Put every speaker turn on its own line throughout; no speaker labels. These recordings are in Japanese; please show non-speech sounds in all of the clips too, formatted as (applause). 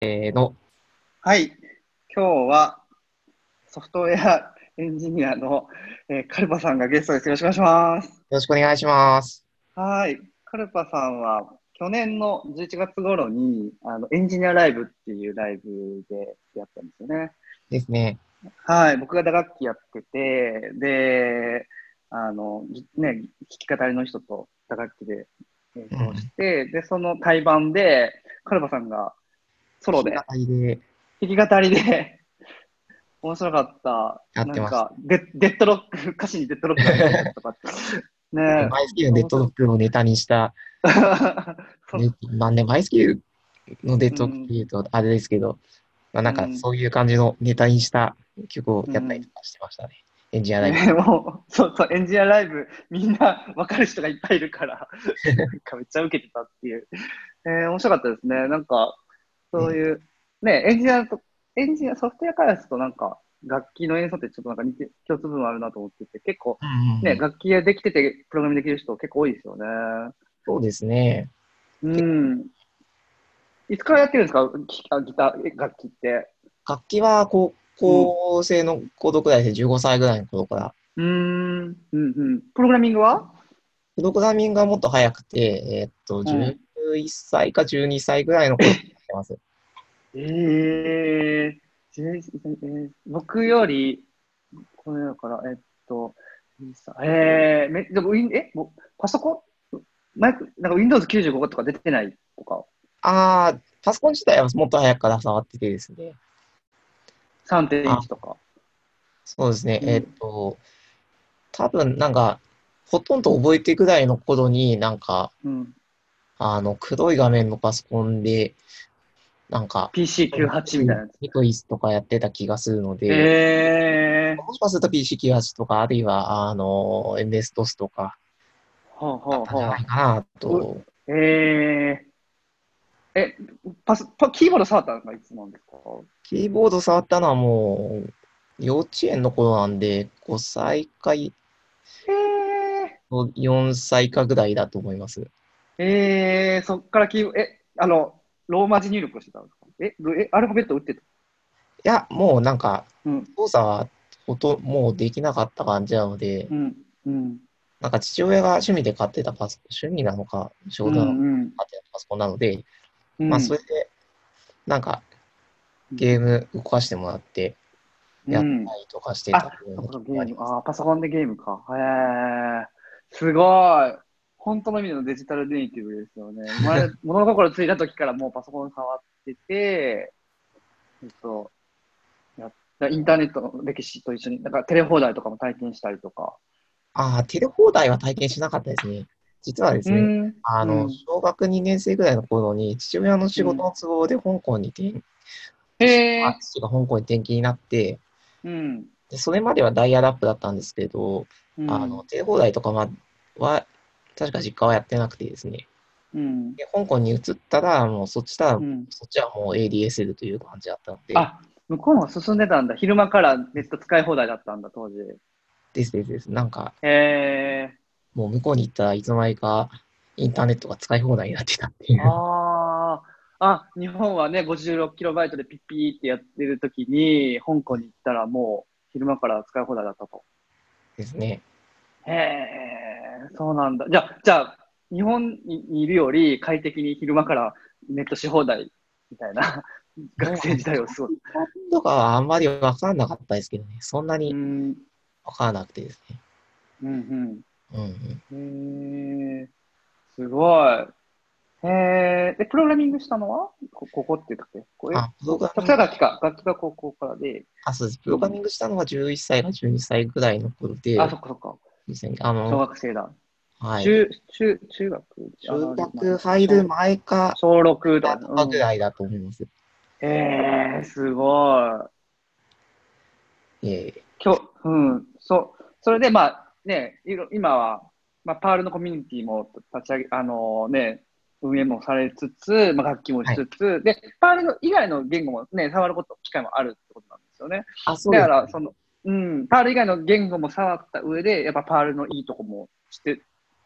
せーの。
はい、今日はソフトウェアエンジニアの、えーカルパさんがゲストです。よろしくお願いします。
よろしくお願いします。
はい、カルパさんは去年の11月頃にあのエンジニアライブっていうライブでやったんですよね。
ですね。
はい、僕が打楽器やってて、で、あの、ぎね、弾き語りの人と打楽器で演奏して、で、その対バンでカルパさんがソロで
あいで
弾き語りで (laughs) 面白かった。
やってました
なんかデ、デッドロック、歌詞にデッドロックが入ってたとか
(laughs)
って。ね
マイスキルのデッドドッグをネタにした、
そう
ねまあね、マイスキルのデッドドッグっていうと、あれですけど、まあ、なんか
うん
そういう感じのネタにした曲をやったりとかしてましたね。エンジニアライブ。
ね、 (laughs) もうそうそうエンジニアライブみんな分かる人がいっぱいいるから
(laughs)
なんかめっちゃ受けてたっていう、えー面白かったですねなんかそういう、ねエンジニアとエンジニアソフトウェア開発となんか楽器の演奏ってちょっとなんか似て共通部分あるなと思ってて結構
うんうん
ね、楽器ができててプログラミングできる人結構多いですよね
そうですね。
うん。いつからやってるんですかきあギター、え楽器って。
楽器は高校生の高度くらいで15歳ぐらいの頃から、
うーん。うんうん。プログラミングは
プログラミングがもっと早くて、えーっと、11歳か12歳ぐらいの頃にやってます。
えええー僕より、これだから、えっと、えー、めでもウィンえもうパソコンマイクなんか Windows95 とか出てないとか、
ああ、パソコン自体はもっと早くから触っててですね。
3.1とか。
そうですね。
うん
えっと、多分なんか、ほとんど覚えてぐらいの頃に、なんか、
うん、
あの、黒い画面のパソコンで、なんか、
PC98 みたいなやつ。
ニトイスとかやってた気がするので、
ええ
もしかすると PC98 とか、あるいは、あの、MS-DOS とか、
ほうほう
じゃ
ほう
ない。かなと。
えー、え、パスパキーボード触ったのがいつなんですか
キーボード触ったのはもう、幼稚園の頃なんで、5歳かい
え
4歳かぐらいだと思います。
ー、えー、そっからキーボード、え、あの、ローマ字入力をしてたんですかえ、どえアルファベット打ってた
いや、もうなんか
うん、
操作はほともうできなかった感じなので、
うん、うん。
なんか父親が趣味で買ってたパソコン、趣味なのか、仕
う
事なのか、
ん
買ってたパソコンなので、
うん
まあそれで、なんかゲーム動かしてもらって、やったりとかしてた
うん、そっか
あ
ゲ
り
ーム
ます
あーパソコンでゲームか。へえー、すごい。本当の意味のデジタルネイティブです (laughs) よね。生まれ物心ついた時からもうパソコン触ってて、えっと、やインターネットの歴史と一緒に、なんかテレ放題とかも体験したりとか。
あー、テレ放題は体験しなかったですね。実はですね、
うん
あの、
うん
小学2年生ぐらいの頃に、父親の仕事の都合で香港に転、
へ
あ
え。
父が香港に転勤になって、
うん。
でそれまではダイヤラップだったんですけど、
うん
あの、、手放題とかは、は、確か実家はやってなくてですね。
うん。
で、香港に移ったら、もうそっちだ、
うん
そっちはもう ADSL という感じだったので、
あ、向こうも進んでたんだ。昼間からネット使い放題だったんだ、当時。
ですですです。なんか、
へえ。
もう向こうに行ったらいつの間にかインターネットが使い放題になってたっていう。
ああ、あ、日本はね、56キロバイトでピッピーってやってる時に、香港に行ったらもう昼間から使い放題だったと。
ですね。
へえ、そうなんだ。じゃあ、じゃあ、日本にいるより快適に昼間からネットし放題みた
(laughs)
いな学生時代を過ごす。
とかはあんまり分からなかったですけどね。そんな
う
に
ん、
分からなくてですね。
うん、
うんうん。
うん。へえ、すごい。へえ、で、プログラミングしたのはこここって言ったっけこれ、
あ、プログラミン
例えば
グ、
楽器か。楽器が高校からで、
あ、そうです。プログラミングしたのは11歳か12歳ぐらいの頃で、
あ、そっかそっか。
ですねあ
小
の、
学生だ。
はい。
中、中、中学
中学入る前か、
小6だ。
とかぐらいだと思います。
うんへえ、すごい。
ええ
今日、うん、そう。それで、まあ、ね、いろ今は、まあ、パールのコミュニティも立ち上げ、あのね、運営もされつつ、まあ、楽器もしつつ、で、パールの以外の言語もね、触ること、機会もあるってことなんですよね。
あ、そうで
だ
す
か
ね。
ら、その、うん、パール以外の言語も触った上で、やっぱパールのいいとこも知って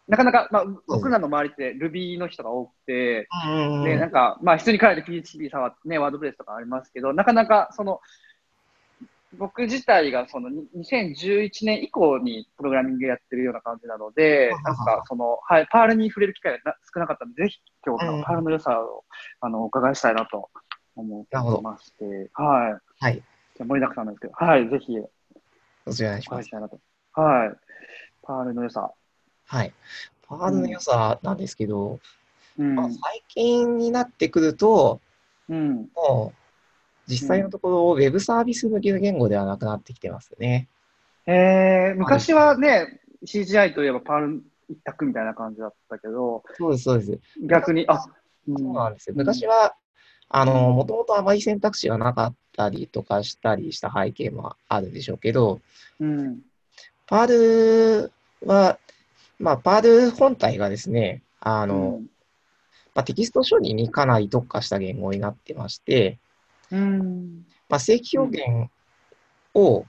なかなか、まあ、僕らの周りって Ruby の人が多くて、
うんうんう
ね、なん
ん。
か、まあ、普通に彼で PHP 触ってね、ワードプレスとかありますけど、なかなか、その、僕自体がそのに2011年以降にプログラミングやってるような感じなので、
はは
なん
は
かその、はい、パールに触れる機会がな少なかったので、ぜひ今日
うんうん
のパールの良さを、あの、お伺いしたいなと思
なるほ
っ
ど。
てまして、はい。
はい。よ
じゃあ盛りだくさんなんですけど、はい、ぜひお
ろしくお願いしま
伺い
す
し。たいなと。はい。パールの良さ。
はい。パールの良さなんですけど、
うん。
まあ、最近になってくると、
うん。
もう、実際のところ、ウェブサービス向けの言語ではなくなってきてますね。
えー、昔はね、CGI といえばパール一択みたいな感じだったけど、
そうです、そうです。
逆に、あ、うん
そうなんですよ。
うん
昔は、あの、
うん
もともとあまり選択肢がなかったりとかしたりした背景もあるんでしょうけど、
うん。
パールは、まあ、パール本体がですね、あ
あ
の、、まあ、テキスト処理にかなり特化した言語になってまして、
うん。
まあ、正規表現を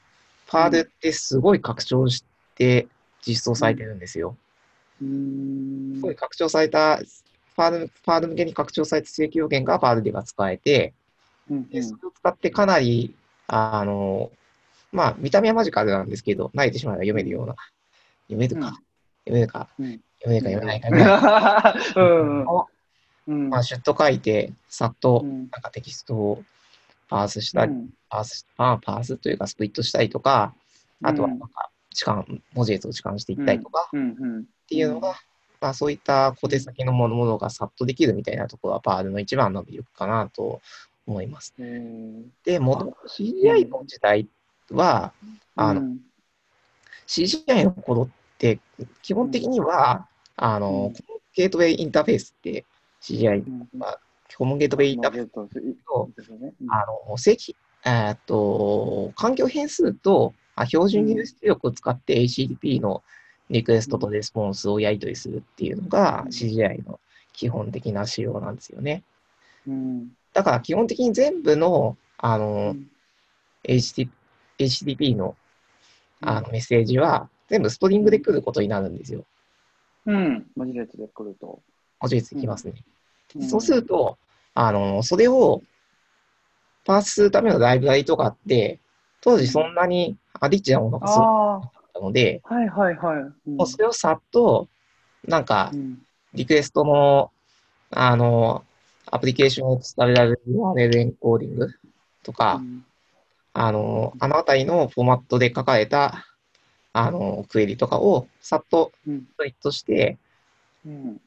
パールってすごい拡張して実装されてるんですよ。
うん
すごい拡張された、パールパール向けに拡張された正規表現がパールでは使えて、
うん
でそれを使ってかなり、あの、まあ、見た目はマジカルなんですけど、慣れてしまえば読めるような、読めるか、読めるか、
うん
読めるか読めないか
う
みたいな。
ん。うん。
まあ、シュッと書いて、さっと
う、ん
なんかテキストをパースしたり、パース、パーパースというかスプリットしたりとか、あとはなんか、置換、文字列を置換していったりとか
うん。うん。
っていうのが、まあ、そういった小手先のものものがさっとできるみたいなところは、パールの一番の魅力かなと思います。
えー
で、もともと CGI の時代は、あの
うん
CGI の頃って、基本的には、あの、
うん
コモンゲートウェイインターフェースって CGI、まあコモンゲートウェイインターフェース
まあゲー
と
ト、ですよねうん
あの、正規、えーっと、環境変数と、あ標準入出力を使って HTTP のリクエストとレスポンスをやり取りするっていうのが
うん
CGI の基本的な仕様なんですよね。
うん。
だから基本的に全部の、あ
う
の、
ん
HT HTTP のあのメッセージは全部ストリングで来ることになるんですよ。
うん。文字列で来ると。
文字列できますね。
うん
そうすると、あの、それをパースするためのライブラリとかって、当時そんなにアリッチなものがすごか
あ
ったので、
あ、はいはいはい。うん
もうそれをさっと、なんか
う、ん
リクエストの、あの、アプリケーションを伝えられる URL エンコーディングとか、
うん
あの、あのあたりのフォーマットで書かれた、あの、クエリとかをさっと
うん
ツイートして、
うん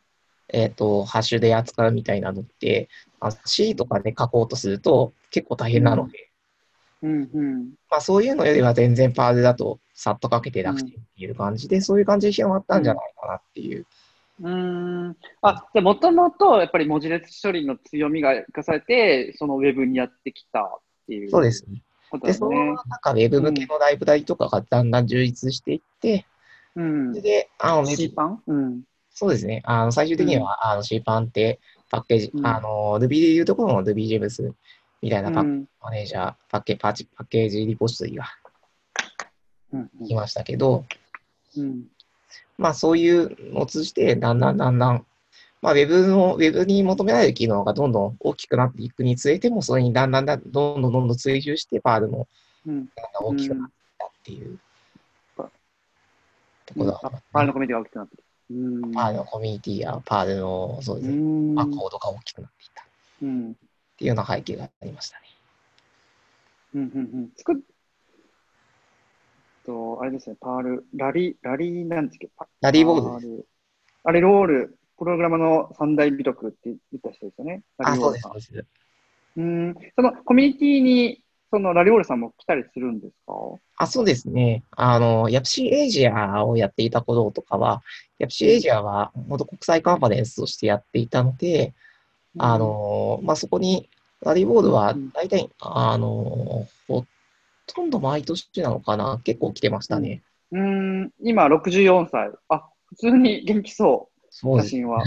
えっ、と、ハッシュで扱うみたいなのって、あ C とかで書こうとすると結構大変なので、
うんうん
まあそういうのよりは全然パールだとさっとかけて楽天っていう感じで、そういう感じで広まったんじゃないかなっていう。
うーんあ、で、もともと、やっぱり文字列処理の強みが生かされて、そのウェブにやってきたっていう
そうですね。
こと
で、
です
そ
ね。
の中、ウェブ向けのライブラリとかがだんだん充実していって、
うん
それ。で、あの、
C パンうん。
そうですね。あの最終的には、あの C パンってパッケージ、
うん
あの Ruby でいうところの RubyGems みたいなパッケージ
うん
マネージャー、パッケパッチパッケージリポジトリが
うん
来ましたけど、
うん
まあそういうのを通じて、だんだんだんだん、まあ、ウェブの、ウェブに求められる機能がどんどん大きくなっていくにつれても、それにだんだんだんどんどんどんどん追従して、パールも
うん
だんだん大きくなったっていう
うん
ところだ、
あパールのコミュニティが大きくなってる。うん
パールのコミュニティやパールの、そうですね、まあ、
う
コードが大きくなっていったっ
んうん。
ていうような背景がありましたね。
うんうんうん。作っと、あれですね、パール、ラリー、ラリーなんですけど、パ
ラリーボールです。
ル。あれ、ロール、プログラマの三大美徳って言った人ですよね。ラ
あ、
リーボ
そ
ー
う
ル
です、
さ
そ
ん
う。です。
うん。そのコミュニティに、そのラリオールさんも来たりするんですか
あ、そうですね。あの、ヤプシーエイジアをやっていた頃とかは、ヤプシーエイジアは元国際カンファレンスとしてやっていたので、あ、の、まあ、そこに、ラリーボールは
うん
大体、あの、ほとんど毎年なのかな、結構来てましたね。
うん、今64歳。あ、普通に元気そ
そうで
う、写
す。
真は。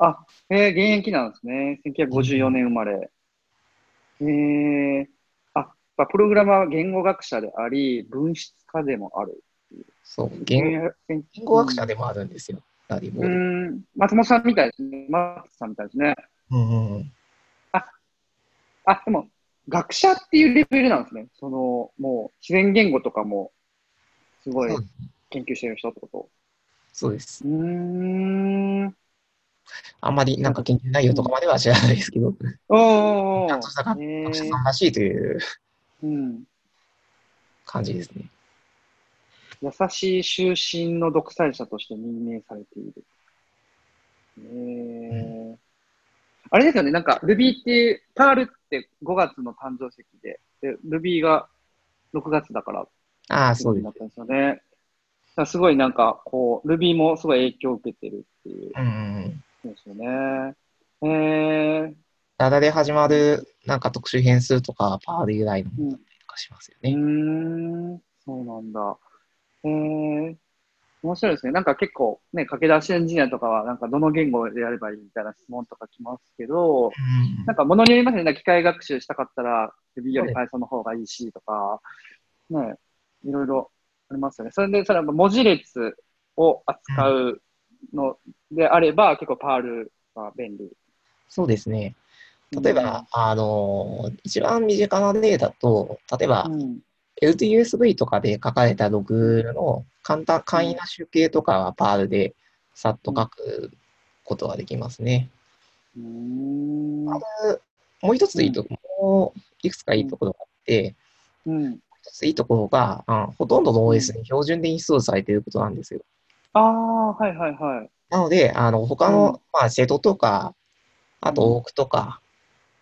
あ、えー、現役なんですね。1954年生まれ。えー、あ、まあプログラマーは言語学者であり、文筆家でもある。
そう、言
えー
言語学者でもあるんですよ。ラリーボ
う
ード。
ん、松本さんみたいですね。松さんみたいですね。
うんうんうん
あ、でも、学者っていうレベルなんですね。その、もう、自然言語とかも、すごい
そう
研究してる人ってこ
そうです。
と。うーん。おー
あんまりなんか研究内容とかまでは知らないですけど、
おーおー。
ちゃんとした学
え
学者
ー
さんらしいという
うん。
感じですね。
優しい終身の独裁者として任命されている。えーあれですよね、なんか Ruby って、パールって5月の誕生石で、で Ruby が6月だから、
ああ、そうです
だ。ったんですよね。だからすごいなんか、こう、Ruby もすごい影響を受けてるっていう
うんうんうん。
ことですよね。えー、
ダダで始まるなんか特殊変数とか、パール由来のものだったりとかしますよ
うー
ね。
ん、そうなんだ。えー、面白いですね。なんか結構ね、駆け出しエンジニアとかは、なんかどの言語でやればいいみたいな質問とか来ますけど、
うん
なんか物によりますね。なんか機械学習したかったら、Ruby より
そう
Python の方がいいしとか、ね、いろいろありますよね。それで、それは文字列を扱うのであれば、結構 Perl は便利。
そうですね。例えば、あの、一番身近な例だと、例えば
う、ん、
LTSV とかで書かれたログの簡単、簡易な集計とかはパールでさっと書くことができますね。
うん。う
もう一ついいとこ、もういくつかいいところがあって、
ーん。うん、
一ついいところが、あほとんどの OS に標準でインストールされていることなんですよ。
ああ、はいはいはい。
なので、あの、他
うん
の、まあ、セトとか、あ
うん
と、オークとか、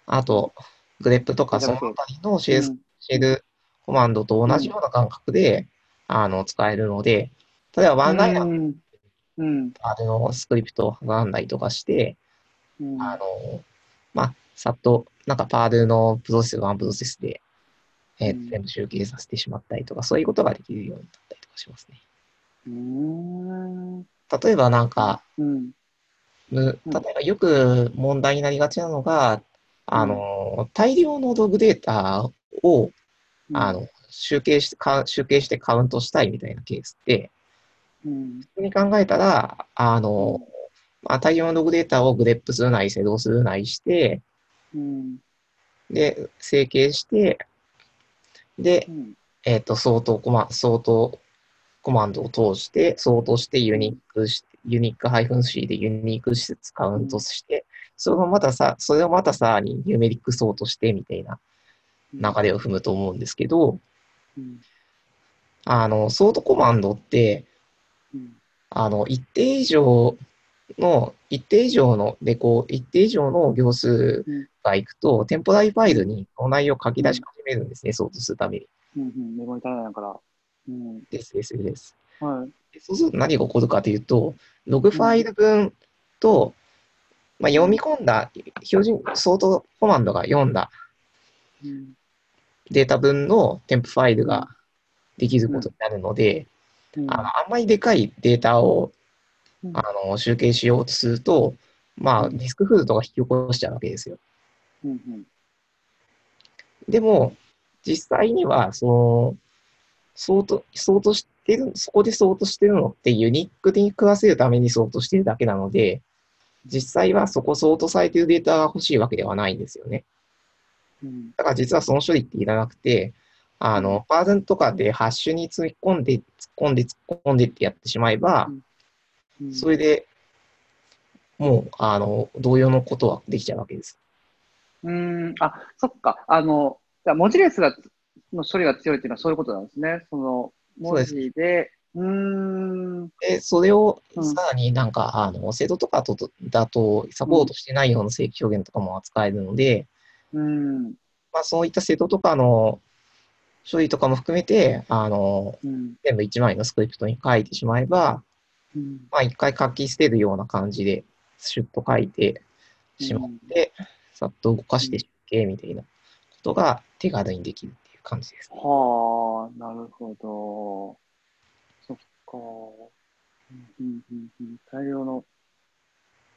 あと、グレップとか、
グ
そ
レ
の
ップ
あたりの CS
うん
シェルコマンドと同じような感覚で、あの使えるので、例えばワンライナー
うんうん
とかのスクリプトを挟んだりとかして、
うん
あの、まあ、さっと、なんかパールのプロセス、ワンプロセスで、えー
うん
全部集計させてしまったりとか、そういうことができるようになったりとかしますね。
うん
例えばなんか、
うん
む
うん
例えばよく問題になりがちなのが、あの、大量のログデータを、あの、集計して、か集計してカウントしたいみたいなケースって、
うん
普通に考えたら、あの、まあ、大量のログデータをグレップするなり、セドするなりして、
うん
で、整形して、で
う、ん
えっ、と、相当コマ、相当コマンドを通して、相当してユニークし、ユニック -c でユニーク施設カウントして、それをまたさ、それをまたさらにニューメリックソートしてみたいな流れを踏むと思うんですけど、
うん
あの、ソートコマンドって、
うん
あの、一定以上の、一定以上の、で、こう、一定以上の行数がいくと、テンポラリーファイルにこの内容を書き出し始めるんですね、ソートするために。
うんうんメモリ足らないからうん
です、です、です。
はい
でそうすると何が起こるかというと、ログファイル分と、まあ、読み込んだ、標準、ソートコマンドが読んだ
うん
データ分の添付ファイルができることになるので、
うん
あのあんまりでかいデータを
うん
あの集計しようとすると、ま
う
あ、
ん
ディスクフードが引き起こしちゃうわけですよ。
うんうん
でも、実際には、その、相当、相当してる、そこで相当してるのってユニックに食わせるために相当してるだけなので、実際はそこ相当されてるデータが欲しいわけではないんですよね。
うん
だから実はその処理っていらなくて、あの、パーズンとかでハッシュに突っ込んで、突っ込んで、突っ込んでってやってしまえば、
うん
それでもう、あの、同様のことはできちゃうわけです。
うんあそっかあのじゃあ文字列がの処理が強いっていうのはそういうことなんですねその文字でうーん
で、それを
うん
さらになんか、あの、制度とかととだとサポートしてないような正規表現とかも扱えるので、
うん
まあ、そういった制度とかの処理とかも含めて、あの、
うん
全部1枚のスクリプトに書いてしまえば、
うん
まあ、一回書き捨てるような感じで、シュッと書いてしまって、さっと動かしてしまみたいなことが手軽にできるっていう感じです。
はあ、なるほど。そっか。うんうんうんうん、大量の。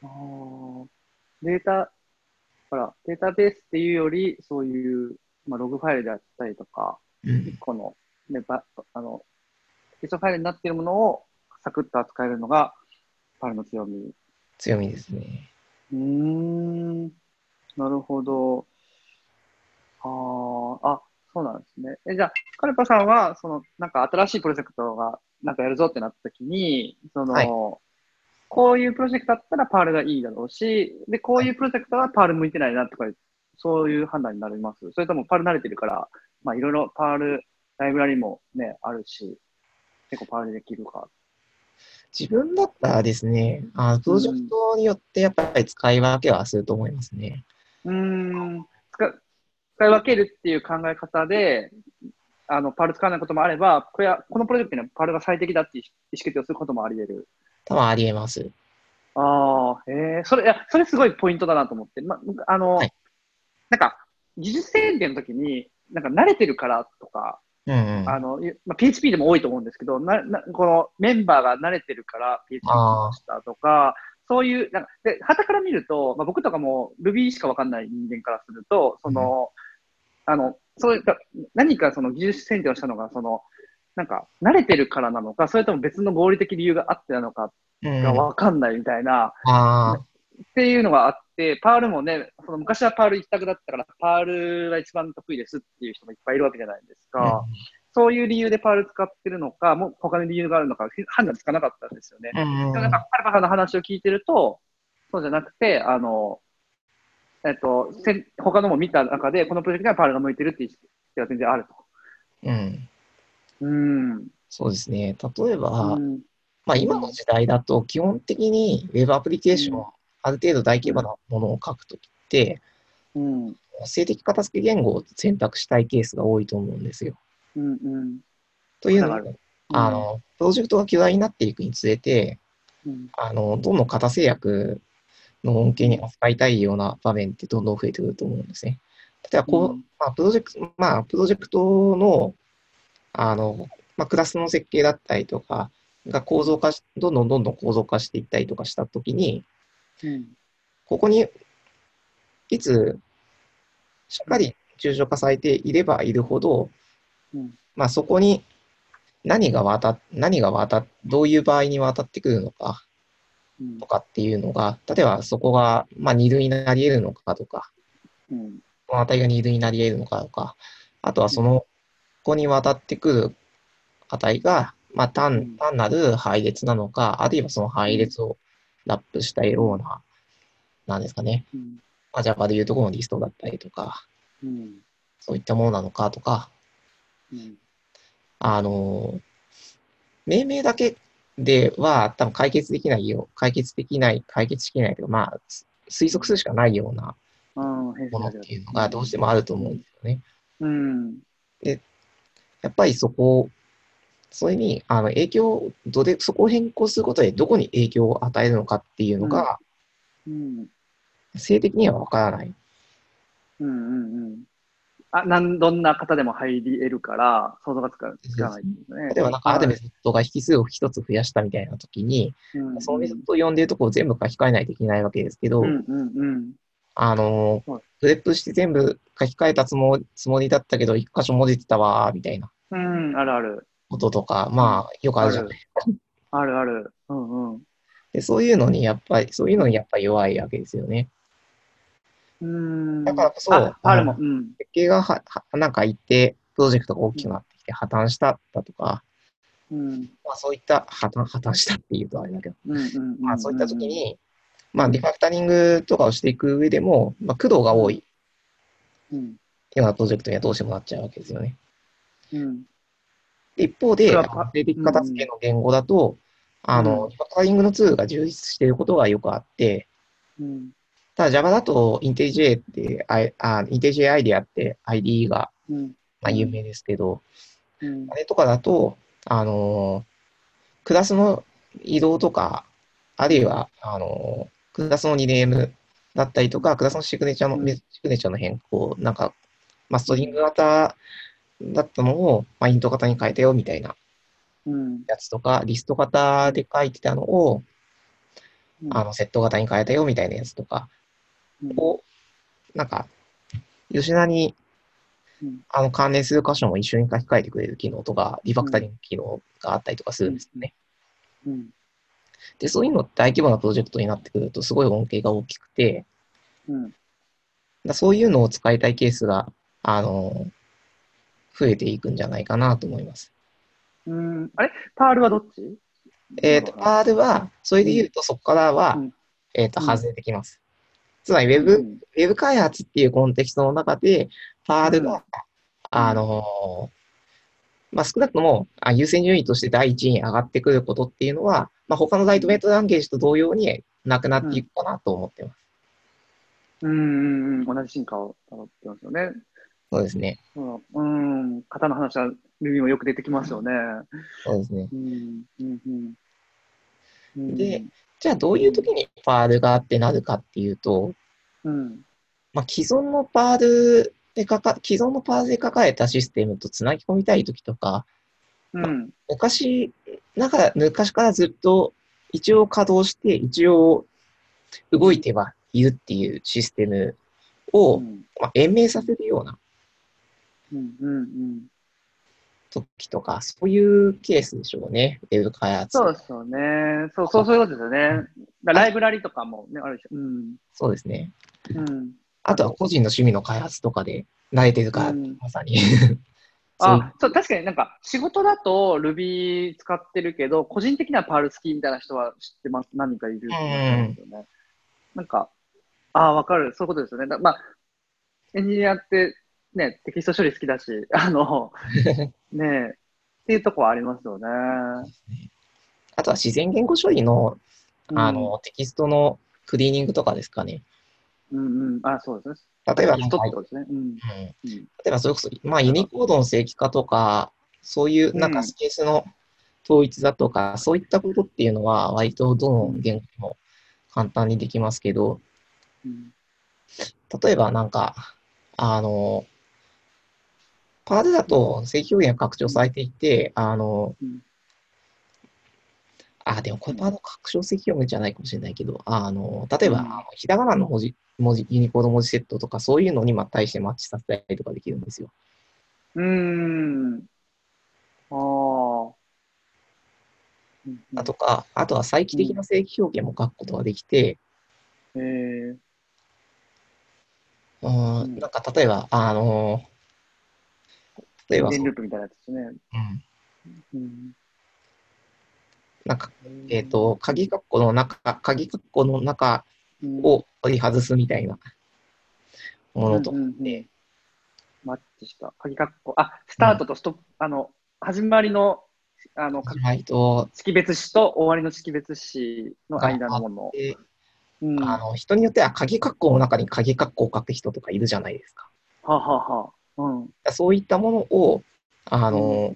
ああ。データ、ほら、データベースっていうより、そういう、まあ、ログファイルであったりとか、
うん
この、ね、ばあの、テキストファイルになっているものをサクッと扱えるのが、パルの強み。
強みですね。
うーん、なるほど。ああ、あ、そうなんですね。え、じゃあ、カルパさんは、その、なんか新しいプロジェクトが、なんかやるぞってなった時に、その、
はい
こういうプロジェクトだったらパールがいいだろうし、で、こういうプロジェクトはパール向いてないなとか、そういう判断になります。それともパール慣れてるから、まあ、いろいろパール、ライブラリもね、あるし、結構パールできるか。
自分だったらですね、あプロジェクトによってやっぱり使い分けはすると思いますね。
うーん使う使い分けるっていう考え方で、あのパール使わないこともあれば、これはこのプロジェクトにはパールが最適だっていう意思決定をすることもあり得る。
多分ありえます。
ああ、へえ、それ、いや、それすごいポイントだなと思って、ま、あの、
はい
なんか、技術選定の時に、なんか慣れてるからとか、
うんうん。
あの、いまあ、PHP でも多いと思うんですけど、な、な、このメンバーが慣れてるから PHP にしましたとか、そういう、なんか、で、旗から見ると、まあ、僕とかも Ruby しかわかんない人間からすると、その、あの、そういった、何かその技術選定をしたのが、その、なんか、慣れてるからなのか、それとも別の合理的理由があってなのか
うん、
が
あ
わかんないみたいな、
あー、
っていうのがあって、パールもね、その昔はパール一択だったから、パールが一番得意ですっていう人もいっぱいいるわけじゃないですか。そういう理由でパール使ってるのか、もう他の理由があるのか、判断つかなかったんですよね。
うんうん
でもなんか、パルパさんの話を聞いてると、そうじゃなくて、あの、えっと、せん他のも見た中で、このプロジェクトにはパールが向いてるっていう意識が全然あると。
うん。
うん。う
そうですね。例えば、
ん
まあ、今の時代だと基本的に Web アプリケーション、
うん
ある程度大規模なものを書くときって、
うん。
性的片付け言語を選択したいケースが多いと思うんですよ。
うん。うん。
というの
わか
も、あ、の、プロジェクトが巨大になっていくにつれて、
うん。
あの、どんどん型制約の恩恵に扱いたいような場面ってどんどん増えてくると思うんですね。例えばこう、
うん
まあ、プロジェクト、まあ、プロジェクトの、あの、まあ、クラスの設計だったりとかが構造化し、どんどんどんどん構造化していったりとかしたときに、
うん。
ここに、いつ、しっかり抽象化されていればいるほど、
うん
まあ、そこに何が渡っ、何が渡っ、どういう場合に渡ってくるのか、
うん
とかっていうのが、例えばそこが、まあ、二類になり得るのかとか、
うん。
この値が二類になり得るのかとか、あとはその、ここに渡ってくる値が、まあ、
う
単
ん
単なる配列なのか、あるいはその配列をラップしたような、なんですかね、
うん。
まあ、Java でいうところのリストだったりとか、
うん。
そういったものなのかとか、
うん。
あの、命名だけでは多分解決できないよ、解決できない、解決しきれないけど、まあ、す推測するしかないような
うん、変
ものっていうのがどうしてもあると思うんですよね。
うん。
やっぱりそこを、それにあの影響をどれ、そこを変更することでどこに影響を与えるのかっていうのが、
うん。
性的にはわからない。
うん。うん。うん。あ、なん、どんな方でも入り得るから、想像がつかつかないんですね。
例えばなんかあるメソッドが引数を一つ増やしたみたいな時に、
うん
そのメソッドを呼んでいるところを全部書き換えないといけないわけですけど、
うんうんうん。
あの
はい、
フレップして全部書き換えたつもつもりだったけど、一箇所も出てたわー、みたいな
うん、あるある。
こととか、まあ、よくあるじゃない
あるある。うんうん。
でそういうのにやっぱり、そういうのにやっぱり弱いわけですよね。
うん。
だからこそ
あ、あるもん。うん。
設計がははなんか一定、プロジェクトが大きくなってきて破綻しただとか、
うん。
まあ、そういった破綻破綻したっていうとあれだけど、
うんうんうん。
まあ、そういった時、に、まあ、リファクタリングとかをしていく上でも、まあ、苦労が多い
うん。
ようなプロジェクトにはどうしてもなっちゃうわけですよね。
うん。
で一方で、
それは
安定的片付けの言語だと、あの、リファクタリングのツールが充実していることがよくあって、
うん。
ただ Java だと IntelliJ って、ああ IntelliJ アイデアって IDE が、
うん。
まあ、有名ですけど、
うん
あ。れとかだと、あのークラスの移動とか、あるいは、あのークラスのリネームだったりとか、クラスのシグネチャーの、
うん
シグネチャーの変更、なんか、まあ、ストリング型だったのを、まあ、イント型に変えたよみたいな
うん。
やつとか、リスト型で書いてたのを、あの、セット型に変えたよみたいなやつとかを、なんか、吉田に
うん、
あの、関連する箇所も一緒に書き換えてくれる機能とか、リファクタリング機能があったりとかするんですよね。
うん。
で、そういうのって大規模なプロジェクトになってくると、すごい恩恵が大きくて、
うん。
だそういうのを使いたいケースが、あの、増えていくんじゃないかなと思います。
うん。あれパールはどっち
えっ、と、
パール。
パールは、それで言うと、そこからは、
うん
えっ、と、
うん
外れてきます。つまり、ウェブ、
う
ウ
ん
ェブ開発っていうコンテキストの中で、パールが、
うん
あのまあ、少なくともあ優先順位として第一位に上がってくることっていうのは、まあ、他のライトメイトランゲージと同様になくなっていくかなと思ってます。
うんうんうん。同じ進化をたどってますよね。
そうですね。
うん。うん。型の話は、ルビもよく出てきますよね。
そうですね。
うん。うん。うんうん。
で、じゃあ、どういう時にパールがあってなるかっていうと、
うん。
まあ、既存のパールでかか、既存のパールで抱えたシステムとつなぎ込みたい時とか、
うん。
昔、なんか昔からずっと一応稼働して、一応動いてはいるっていうシステムを、
うん。
まあ、延命させるような
うん。うん。
時とか、そういうケースでしょうね、ウェブ開発。
そうですよね。そうそう、そういうことですよね。だからライブラリとかもね、あるでしょ。うん。
そうですね。
うん。
あとは個人の趣味の開発とかで慣れてるから、
うん
まさに。 (laughs) そう
あ、そう、確かになんか、仕事だと Ruby 使ってるけど、個人的には Perl 好きみたいな人は知ってます。何人かいると思うんですよね。なんか、ああ、わかる。そういうことですよね。だまあ、エンジニアって、ね、テキスト処理好きだし、 (laughs)
(laughs)
あの、ねえ、っていうとこはありますよね。
あとは自然言語処理のあの、テキストのクリーニングとかですかね。
うん、うんうん。あ、そうです
例えば
ね。
なん
人
か、
っ
う
て
ん
ことですね。うん。
例
うん
えばそれこそ、まあ、ユニコードの正規化とか、そういうう、
ん
なんかスペースの統一だとか、そういったことっていうのは、割とどの言語でも簡単にできますけど、
うん。
例えばなんか、あの、パールだと正規表現が拡張されていて、あの
うん、
あ、でもこれパールの拡張正規表現じゃないかもしれないけど、あの、例えば、あのひらがなの文字、文字、ユニコード文字セットとか、そういうのにまあ対してマッチさせたりとかできるんですよ。
うーん。ああ。うん
あ、とか、あとは再帰的な正規表現も書くことができて、
えー、
うー
うん
ん、なんか例えば、あの、例えばそう、
電
う
ループみたいなやつですね。
ん、
うん。
なんか、えっ、と、鍵括弧の中、鍵括弧の中
うん、
を取り外すみたいなものと
う
か
んうんうん
で、
マッチした。鍵括弧。あ、スタートとストップ、あの、始まりの、あの、か
始まりと、
識別詞と終わりの識別詞の間のもの。
で
うん。
あ
は
の、人によっては鍵括弧の中に鍵括弧を書く人とかいるじゃないですか。
あはあはあ。うん。
そういったものを、あの、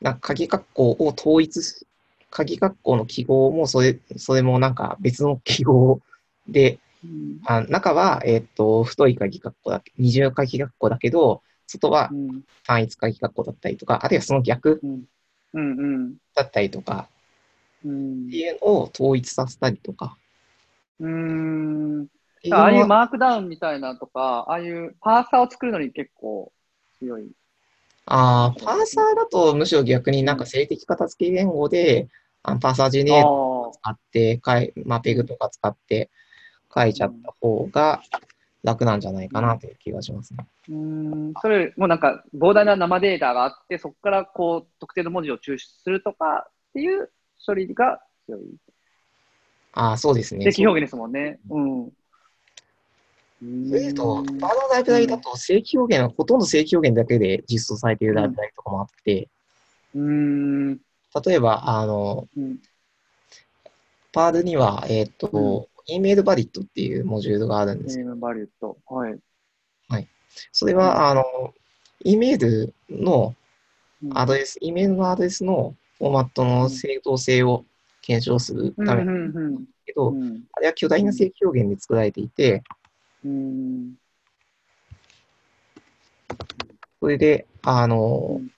なんか鍵括弧を統一す、鍵括弧の記号もそれ、それもなんか別の記号で、
うん。
あ中は、えっ、と、太い鍵括弧だけ、二重鍵括弧だけど、外は
うん。
単一鍵括弧だったりとか、あるいはその逆
うん。うん。うん
だったりとか、
うん
っていうのを統一させたりとか。
うん。
っていうの
あ
は
あいうマークダウンみたいなとか、ああいうパーサーを作るのに結構強い。
あーパーサーだとむしろ逆になんか性的片付け言語で、あのパーサージェネー
ああ
ターを使って、かいまあ、ペグとか使って書いちゃった方が楽なんじゃないかなという気がしますね。
うーん、それもなんか膨大な生データがあって、そこからこう特定の文字を抽出するとかっていう処理が強い。
ああ、そうですね。そ
正規表現ですもんね。うん。う
ういうと、
ーん
バーのライブラリだと正規表現は、ほとんど正規表現だけで実装されているライブラリとかもあって、
うーん。
例えば、あの、
うん。
パールには、えっ、と、e メールバリットっていうモジュールがあるんですけど
ネームバリューと。はい。
それ
うん
は、あの、E メールの
うん
アドレス、E メールのアドレスのフォーマットの正当性を検証する
うん
ため
う
なん
んうん
け
う
ど、
ん
あれは巨大な正規表現で作られていて、
うん。
それで、あの
うん、
正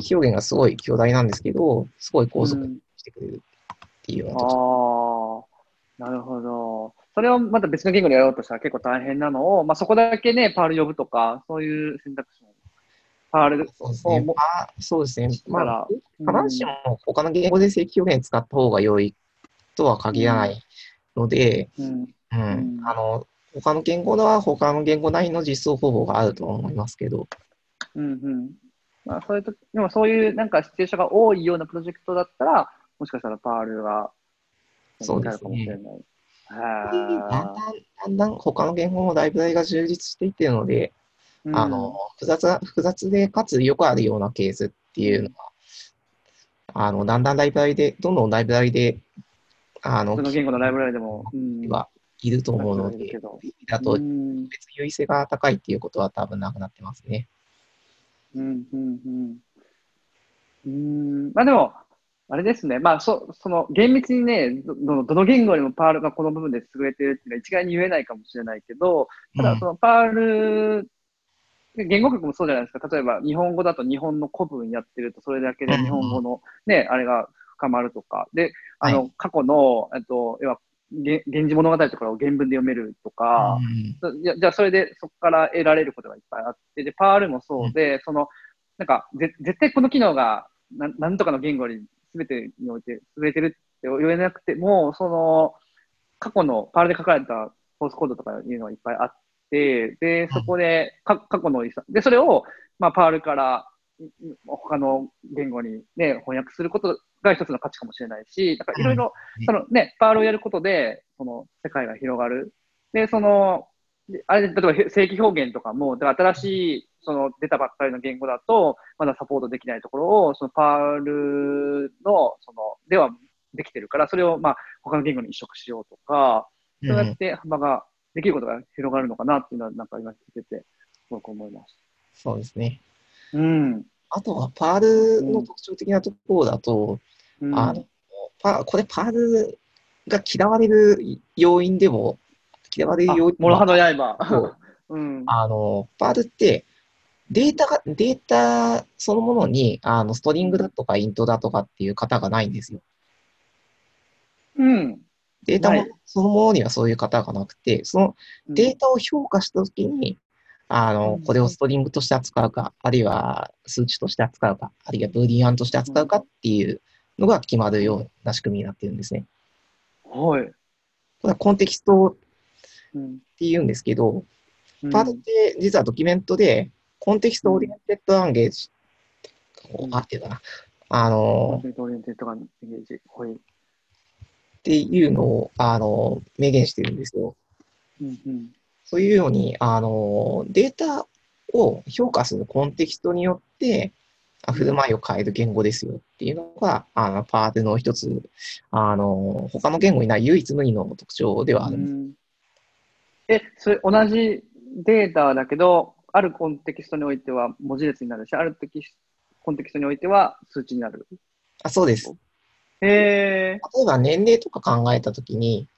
規表現がすごい巨大なんですけど、すごい高速
う
に
ん
してくれるっていうような特徴
ああ、なるほど。それをまた別の言語でやろうとしたら結構大変なのを、まあ、そこだけね、パール呼ぶとか、そういう選択肢もあれです。
そうですね。
も
まあ、そうですね。ま
だ
あ
か、
必ずしも他の言語で正規表現使った方が良いとは限らないので、
うん。
うん
ん
あの他の言語では他の言語内の実装方法があるとは思いますけど、
うんうん。まあ、そういうとでもそういうなんかシチュエーションが多いようなプロジェクトだったら、もしかしたらパールが、
そうですね
かもしれない。
だんだん
は
だんだん他の言語もライブラリが充実していっているので、
い。
あの、複雑な、複雑で、かつよくあるようなケースっていうのが、あの、だんだんライブラリで、どんどんライブラリで、あ
う
の
ん、、僕の言語のライブラリでも、うん
はいると思うの
だ
で、
と思
そ
う
ういう意味だ
けど
と
う、ん
別に優位性が高いっていうことは多分なくなってますね。
うんうんうん。うん、まあでも、あれですね、まあそ、その厳密にねどどの、どの言語よりもパールがこの部分で優れてるっていうのは一概に言えないかもしれないけど、た
う
だ
ん
そのパール、言語学もそうじゃないですか、例えば日本語だと日本の古文やってると、それだけで日本語の、ね、あれが深まるとか、で、あの、
は
過去の、えっと、要は、げ源氏物語とかを原文で読めるとか、
うん
そいやじゃあそれでそこから得られることがいっぱいあって、で、パールもそうで、その、なんか、ぜ絶対この機能がなん、なんとかの言語より全てにおいて優れてるって言えなくても、その、過去のパールで書かれたソースコードとかいうのがいっぱいあって、で、そこで、か過去の遺産、で、それを、まあ、パールから、んん他の言語にね、翻訳することが一つの価値かもしれないし、だからいろいろ
うん、
そのね、パールをやることで、その世界が広がる。で、その、であれです例えばへ正規表現とかも、だから新しい、その出たばっかりの言語だと、まだサポートできないところを、そのパールの、その、ではできてるから、それをまあ、他の言語に移植しようとか、そうやって幅が、できることが広がるのかなっていうのは、なんか今聞いてて、すごく思いまし
そうですね。
た。うん。
あとは、パールの特徴的なところだと、
うん
あのパこれ、パールが嫌われる要因でも、嫌われる
あ
要因で
モロハの刃。
そう
うん。
あの、パールって、データが、データそのものに、あの、ストリングだとかイントだとかっていう型がないんですよ。
うん。
データも
ない
そのものにはそういう型がなくて、そのデータを評価したときに、あ
う
の
ん、
これをストリングとして扱うか、あるいは数値として扱うか、あるいはブーリアンとして扱うかっていうのが決まるような仕組みになってるんですね。
はい。
これはコンテキストっ
うん。
ていうんですけど、パートって実はドキュメントで、コンテキストオリエンテッドランゲージ、
う
こ
ん
う合ってたな、あ
コ
の、
ンテンツオリエンテッドがイメージ。はい。
っていうのを、あの、明言してるんですよ。
うんうん。
そういうように、あの、データを評価するコンテキストによって、あ振る舞いを変える言語ですよっていうのが、あの、パートの一つ、あの、他の言語にない唯一無二の特徴ではあるんです
うんえ、それ同じデータだけど、あるコンテキストにおいては文字列になるし、あるテキスコンテキストにおいては数値になる。
あ。そうです。
へえ。
例えば年齢とか考えたときに、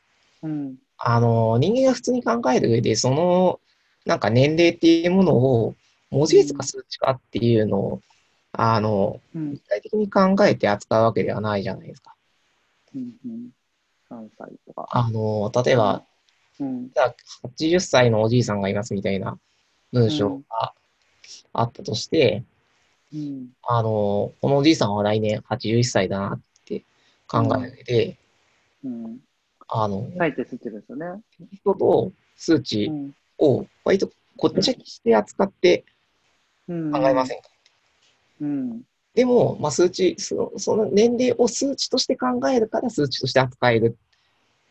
うん。
あの、人間が普通に考える上で、その、なんか年齢っていうものを、文字列か数値かっていうのを、あの、
うん
具体的に考えて扱うわけではないじゃないですか。
うんうん。3歳とか。
あの、例えば、
うん。
じゃあ80歳のおじいさんがいますみたいな文章があったとして、
うん。
あの、このおじいさんは来年81歳だなって考える上で、
うん。
あの、
書いて数値ですよね。
人と数
う
値
ん。
を割とごっちゃにして扱って
うん
考えませんか、
うん。
でも、まあ、数値そ、その年齢を数値として考えるから数値として扱える。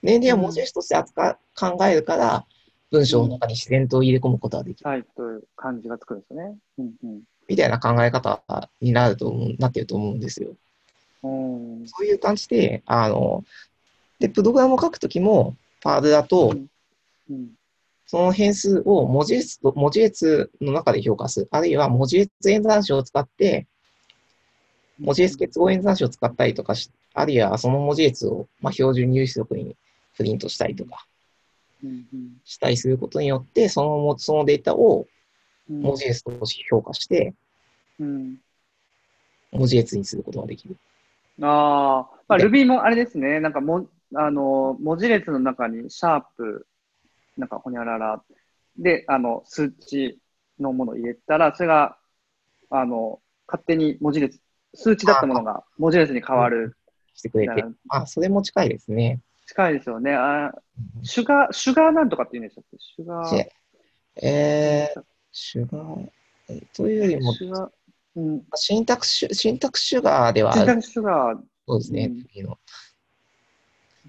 年齢を文字列として扱、考えるから文章の中に自然と入れ込むことができる。
はいという漢字がつくんですよね。うん
みたいな考え方になると思う、なってると思うんですよ。
うん。うん。
そういう感じで、あの、で、プログラムを書くときも、パールだと、
うん。
その変数を文字列と、文字列の中で評価する。あるいは文字列演算子を使って、文字列結合演算子を使ったりとかし、あるいはその文字列を、まあ、標準入出力にプリントしたりとか
うんうん
したりすることによって、そのもそのデータを
うん
文字列として評価して、
うん。
文字列にすることができる。
ああ、まあ、
で
Ruby もあれですね、なんかも、あの、文字列の中に、シャープ、なんか、ほにゃらら、で、あの、数値のものを入れたら、それが、あの、勝手に文字列、数値だったものが文字列に変わる。
してくれて、あ、それも近いですね。
近いですよね。あシュガー、シュガーなんとかって言うんでしたっけシュガー
で。えー、シュガー、えというよりも、
シュガー、うん。
シンタクシュ、シンタクシュガーではあ
シンタ
る、
クシュガー、シ
そうですね、
うん
次の。
ン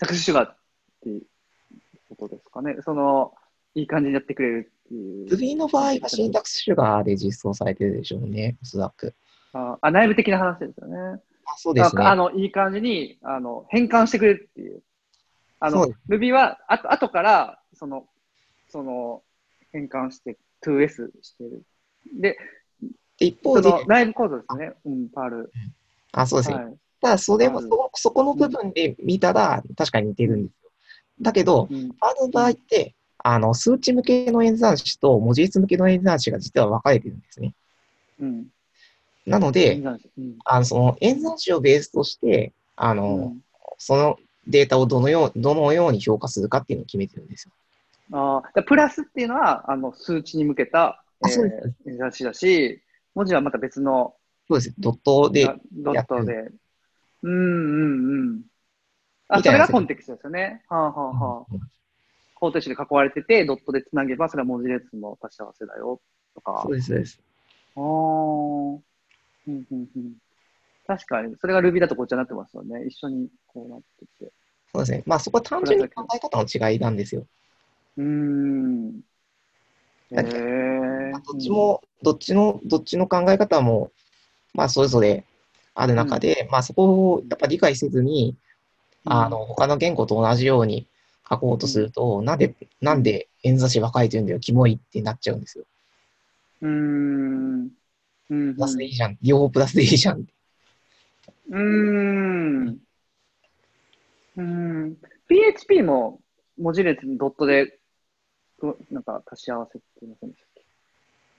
タクシュガーっていうことですかね。その、いい感じにやってくれるっていう。
次の場合はシンタクスシュガーで実装されてるでしょうね、おそらく。
ああ、内部的な話ですよね。
あ、そうです
ああ
ね。
の、いい感じに、あの、変換してくれるっていう。あ
そ
の
うで、
Ruby は、あと、後から、その、その、変換して、2S してる。で、
で一
そ
方で、
の、内部構造ですね。うん、パール。
あ、そうですね。
は
ただ、それも
うん
そこ、そこの部分で見たら、確かに似てるんですよ。だけど、
い。うん
パールの場合って、あの、数値向けの演算子と文字列向けの演算子が実は分かれてるんですね。
うん。
なので、
うん。
あのその演算子をベースとして、あ
う
の、
ん。
そのデータをどのようどのように評価するかっていうのを決めてるんですよ。
ああ、でプラスっていうのは、あの、数値に向けた、
あそうです
えー、雑誌だし、文字はまた別の、
そうです。ドットで
あ、ドットで。うんうんうん。
み
あ、そ
たいな
れ
や
が
つ
コンテクストですよね。はあ、はあはあ、方程式で囲われてて、ドットでつなげば、それは文字列の足し合わせだよ、とか。あ
そうです、そうです。
あー。うんうんうん。確かに、それが Ruby だとこっちになってますよね。一緒にこうなってて。
そうですね。まあそこは単純に考え方の違いなんですよ。
うーん。へえ
だっけまあどっち、も、どっちの、どっちの考え方も、まあそれぞれある中で、まあそこをやっぱ理解せずに、
うん
あの、、他の言語と同じように書こうとすると、なんで、なんで演座詞ばかりというんだよ、キモいってなっちゃうんですよ。
うーん。うん
プラスでいいじゃん。両方プラスでいいじゃんって。
うーん。うーん。PHP も文字列にドットで、うなんか足し合わせって言いませんでしたっけ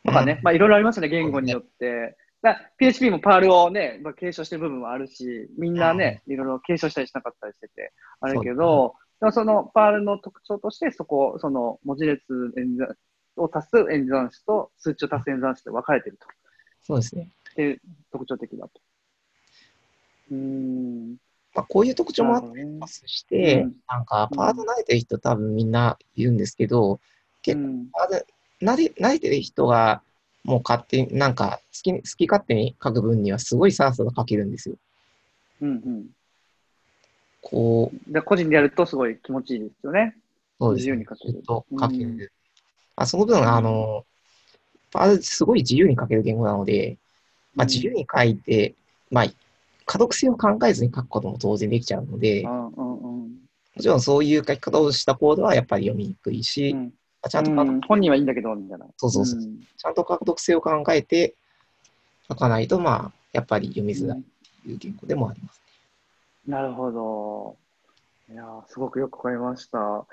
とかね。まあいろいろありますよね、言語によって。だから PHP もパールをね、まあ、継承してる部分もあるし、みんなね、いろいろ継承したりしなかったりしてて、あるけど、でもそのパールの特徴として、そこ、その文字列演算を足す演算子と数値を足す演算子で分かれてると。
(laughs) そうですね。
で、特徴的だと。うーん。
まあこういう特徴もあっ
なるほどね
パスして、
うん
なんか
うん
パート慣れてる人多分みんな言うんですけど、結
うん
パート慣れ慣れてる人がもう勝手になんか好き好き勝手に書く分にはすごいさらさら書けるんですよ。
うん
こう、
うん。で、個人でやるとすごい気持ちいいですよね。
そうです
自由
ね
に書ける
ずっと書ける。
うん
あその分、あの、パートすごい自由に書ける言語なので、まあ、自由に書いて、まあ、可読性を考えずに書くことも当然できちゃうので、
う
も
んうんうん
ちろんそういう書き方をしたコードはやっぱり読みにくいし、
うん。
ちゃんと可読
うん本人はいいんだけど、みたいな。
そうそうそうちゃんと獲得性を考えて書かないと、まあ、やっぱり読みづらいという言語でもあります。
なるほど。いやーすごくよくわかりました。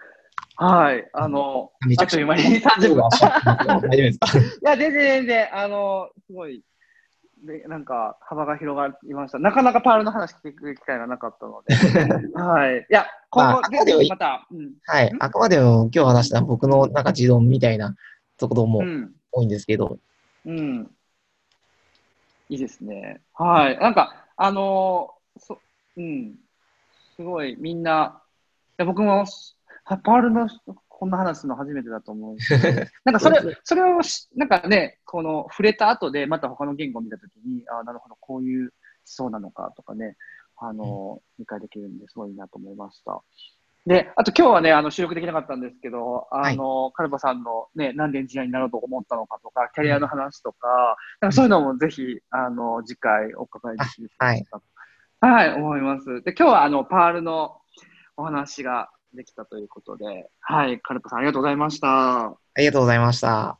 はい。あの、
めち
あ
ゃ
っ
く
と
ち
いう
ゃ
間に30分。
大丈夫ですか
いや、全然全然、あの、すごい、でなんか、幅が広がりました。なかなかパールの話聞く機会がなかった
(laughs)
ので。はい。いや、今
ま
後
あ、
ぜひまた、うん。
はい。あくまでも今日話した僕のなんか持論みたいなところも
うん。
多いんですけど、
うん。いいですね。はい。なんか、あのーそ、うん。すごい、みんな、いや僕も、あパールの、こんな話するの初めてだと思うし。なんかそれ、それをし、なんかね、この、触れた後で、また他の言語を見たときに、ああ、なるほど、こういう思想なのかとかね、あのー理解できるんで、すごいなと思いました。で、あと今日はね、あの、収録できなかったんですけど、あの、カルバさんのね、なんでエンジニアになろうと思ったのかとか、キャリアの話とか、なんかそういうのもぜひ、あの、次回お伺いできると
あはい。
はい、思います。で、今日はあの、パールのお話ができたということで、はい、カルパさんありがとうございました。
ありがとうございました。